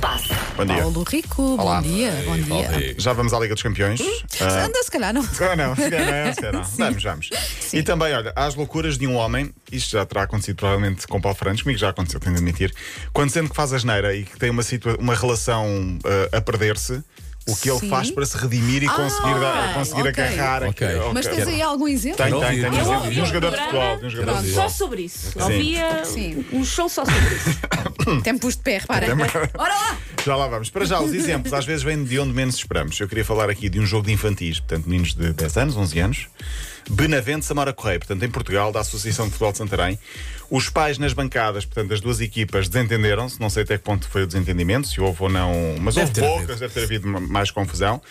passe. Bom dia. Paulo Rico, Olá. bom dia, Ah, bom dia. Já vamos à Liga dos Campeões. Ah, Anda, se calhar não. se calhar não, se calhar não, se calhar não. Vamos, vamos. E também, olha, às loucuras de um homem, isto já terá acontecido provavelmente com Paulo Fernandes, comigo já aconteceu, tenho de admitir. Quando sente que faz asneira e que tem uma, situa- uma relação ah, a perder-se, o que ele Sim. faz para se redimir e conseguir, dar- ok, conseguir ok. agarrar Ok. aqui- Mas Ah, ok. tens aí algum exemplo? Tem, Não tem, vi. tem. Eu exemplo ouvi de um um jogador de programa futebol. De um jogador Pronto, de só futebol. sobre isso. Havia Sim. um show só sobre isso. Tem pus de pé, repara. Ora lá! Já lá vamos. Para já, os exemplos às vezes vêm de onde menos esperamos. Eu queria falar aqui de um jogo de infantis, portanto, meninos de 10 anos, 11 anos. Benavente Samora Correia, portanto, em Portugal, da Associação de Futebol de Santarém. Os pais nas bancadas, portanto, as duas equipas desentenderam-se. Não sei até que ponto foi o desentendimento, se houve ou não. Mas Deve houve ter poucas, deve ter havido ma- mais confusão.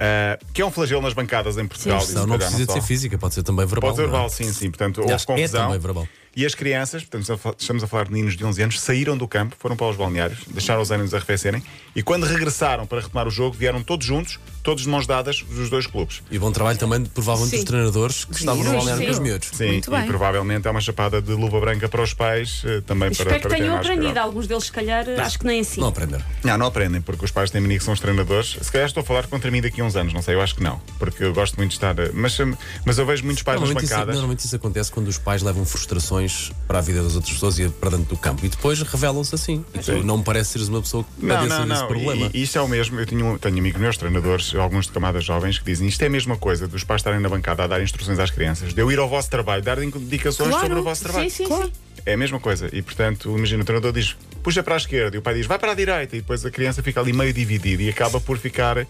Ah, que é um flagelo nas bancadas em Portugal. isso Não, se não calhar precisa de só. ser física, pode ser também verbal. Pode ser não é? verbal, sim, sim. Portanto, houve Aliás, é confusão. também verbal. E as crianças, portanto, estamos a fal- estamos a falar de meninos de 11 anos, saíram do campo, foram para os balneários, deixaram os ânimos arrefecerem e quando regressaram para retomar o jogo, vieram todos juntos, todos de mãos dadas dos dois clubes. E bom trabalho também, provavelmente, Sim. dos treinadores que estavam no Sim, balneário sim. com os miúdos. Sim, Muito bem. e provavelmente é uma chapada de luva branca para os pais eh, também para, Espero que para terem tenham mais aprendido. cuidado. Alguns deles, se calhar, acho que nem assim. Não aprenderam. Não, não aprendem, porque os pais têm mania que são os treinadores. Se calhar estou a falar contra mim daqui a uns anos, não sei, eu acho que não, porque eu gosto muito de estar. eh, Mas, eh, mas eu vejo muitos pais nas Normalmente isso, bancadas. normalmente isso acontece quando os pais levam frustrações para a vida das outras pessoas e é para dentro do campo e depois revelam-se assim. E tu não me parece seres uma pessoa que Não, não, padeça desse não. assim, problema. E, e isto é o mesmo. Eu tenho, tenho amigos meus, treinadores, alguns de camadas jovens, que dizem isto é a mesma coisa dos pais estarem na bancada a dar instruções às crianças, de eu ir ao vosso trabalho, dar então é indicações Claro. sobre o vosso trabalho. Sim, sim, sim. É a mesma coisa. E portanto, imagina, o treinador diz puxa para a esquerda e o pai diz vai para a direita e depois a criança fica ali meio dividida e acaba por ficar ah,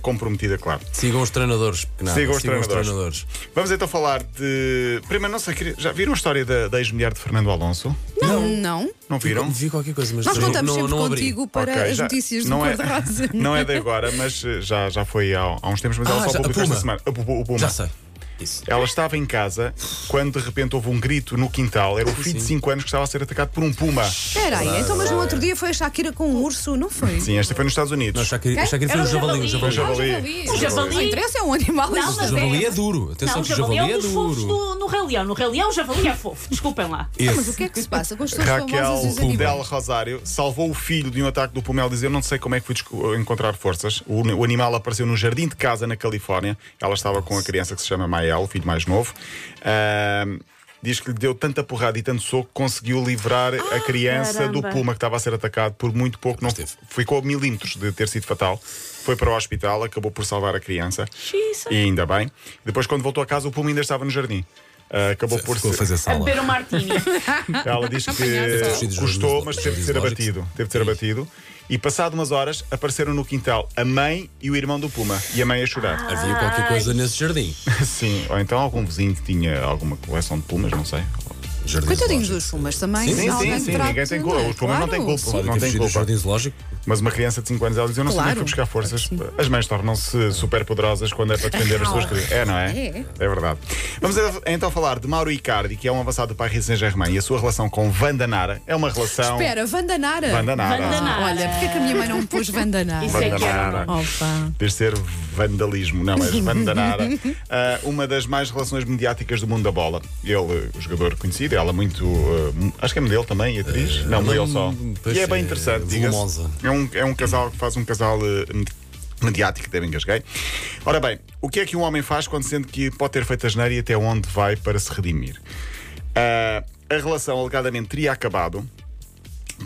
comprometida, claro. Sigam os treinadores. que não, Sigam os treinadores. treinadores. Vamos então falar de. Primeiro, não sei, queria- já viram a história da, da ex-mulher de Fernando Alonso? Não, não. Não viram? Vi qualquer coisa, mas Nós não, contamos não, sempre não abri. contigo para Ok, as já- notícias do não é, cor-de-rosa. Não é de agora, mas eh, já, já foi há, há uns tempos, mas Ah, ela só já- a publicou esta Puma. semana. A Bu- o Puma. Já sei. Isso. Ela estava em casa quando de repente houve um grito no quintal. Era o filho de 5 anos que estava a ser atacado por um puma. Espera aí, então, mas no outro dia foi a Shakira com um urso, não foi? Sim, esta foi nos Estados Não, Unidos. já queria Quem? já queria Era fazer um um javali. um javali. javali. Não, javali. O javali. Não interessa, é um animal. Não, isto. O mas javali é duro. Atenção Não, o que o javali javali é um é dos fofos duro. do, no Rei Leão. No Rei Leão, o javali é fofo. Desculpem lá. Ah, mas o que é que se passa com as pessoas famosas e Raquel os animais? Del Rosário salvou o filho de um ataque do puma. Ela diz: Eu não sei como é que fui desco- encontrar forças. O, o animal apareceu no jardim de casa na Califórnia. Ela estava com a criança que se chama Mael, o filho mais novo. Ahm, diz que lhe deu tanta porrada e tanto soco que conseguiu livrar Ah, a criança do caramba. puma que estava a ser atacado por muito pouco. Não, teve. ficou a milímetros de ter sido fatal. Foi para o hospital, acabou por salvar a criança. Jesus. E ainda bem. Depois, quando voltou a casa, o puma ainda estava no jardim. Ah, acabou por Ficou a ser- fazer A sala. beber o martini. ela diz Sim. que custou, mas teve de ser abatido. Teve de ser abatido. E passado umas horas apareceram no quintal a mãe e o irmão do Puma. E a mãe a chorar. Havia qualquer coisa nesse jardim. Sim, ou então algum vizinho que tinha alguma coleção de pumas, não sei. Jardim Coitadinhos zoológico. dos pumas também. Sim, se sim, alguém sim, trata, ninguém tem não culpa. é? Os pumas não têm Claro, culpa. sim. Não Não tem tem culpa. jardim zoológico. Mas uma criança de 5 anos, ela diz: Eu não sei onde é Claro. que fui buscar forças. As mães tornam-se super poderosas quando é para defender as suas crianças. É, não é? É. verdade. Vamos então falar de Mauro Icardi, que é um avançado do Paris Saint-Germain, e a sua relação com Wanda Nara é uma relação. Espera, Vandanara. Vandanara. Vandanara. Olha, porque é que a minha mãe não me pôs Vandanara? Isso é que era. Vandanara. não. Opa. Deve ser vandalismo, não, mas vandanara. Ah, uma das mais relações mediáticas do mundo da bola. Ele, o jogador conhecido, ela muito. ah, m- acho que é modelo também, atriz. não, modelo só. Ah, hum, pois E é bem é, interessante, diga volumosa. é um, é um casal que faz um casal ah, medi- mediático, devem engasguei. Ora bem, o que é que um homem faz quando sente que pode ter feito asneira e até onde vai para se redimir? Ah, a relação alegadamente teria acabado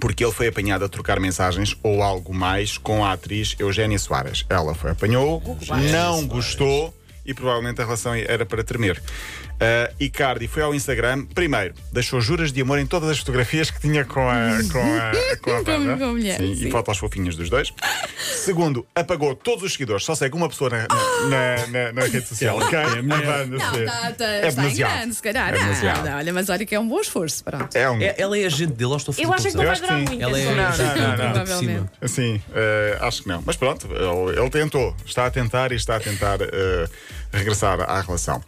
porque ele foi apanhado a trocar mensagens ou algo mais com a atriz Eugénia Soares. Ela foi apanhou, não gostou e provavelmente a relação era para tremer. Ah, Icardi foi ao Instagram, primeiro, deixou juras de amor em todas as fotografias que tinha com a com a, com a, Com a Wanda. minha mulher, Sim, sim. E fotos fofinhas dos dois. Segundo, apagou todos os seguidores, só segue uma pessoa na, na, na- na rede social. ok? A Wanda, Não, sim. tá, tá, é está em demasiado. grande, se calhar. É Não, demasiado. não, olha, mas olha que é um bom esforço. Pronto. É um. Ela é agente dele, ou estou a fazer Eu acho que não Eu vai acho que durar sim. muito. Ela é essa não. não, não, agente não. por cima. Sim, eh, acho que não. Mas pronto, ele, ele tentou, está a tentar e está a tentar eh, regressar à relação.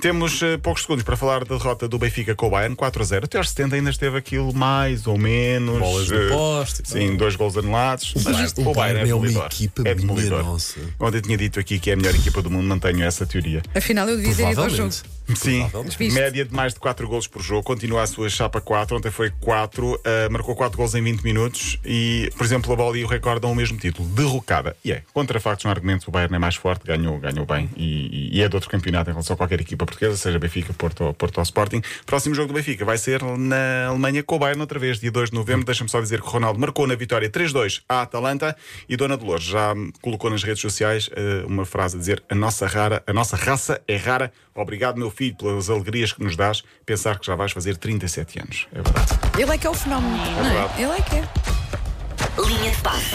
Temos eh, poucos segundos para falar da derrota do Benfica com o Bayern 4 a 0. Até aos 70 ainda esteve aquilo mais ou menos. Bolas no eh, poste. Sim, dois gols anulados. O Bayern- o Bayern é uma demolidor. equipa é minha demolidor. nossa. Ontem eu tinha dito aqui que é a melhor equipa do mundo, mantenho essa teoria. Afinal, eu devia ter ido ao jogo. Provavelmente. Sim, Mas viste? média de mais de 4 golos por jogo. Continua a sua chapa 4. Ontem foi 4, marcou 4 golos em 20 minutos. E, por exemplo, a bola e o recorde dão o mesmo título: derrocada. E é, contra factos, no argumento, o Bayern é mais forte, ganhou, ganhou bem. E, e- e é de outro campeonato em relação a qualquer equipa portuguesa, seja Benfica, Porto, ou- Porto ou Sporting. Próximo jogo do Benfica vai ser na Alemanha com o Bayern outra vez, dia 2 de novembro. Deixa-me só dizer que o Ronaldo marcou na vitória 3-2 à Atalanta. E Dona Dolores já hum, colocou nas redes sociais eh, uma frase a dizer: a nossa, rara, a nossa raça é rara. Obrigado, meu filho, pelas alegrias que nos dás. Pensar que já vais fazer 37 anos. É verdade. Ele é que é o fenómeno. não é? verdade. Ele é que é. Linha de passe.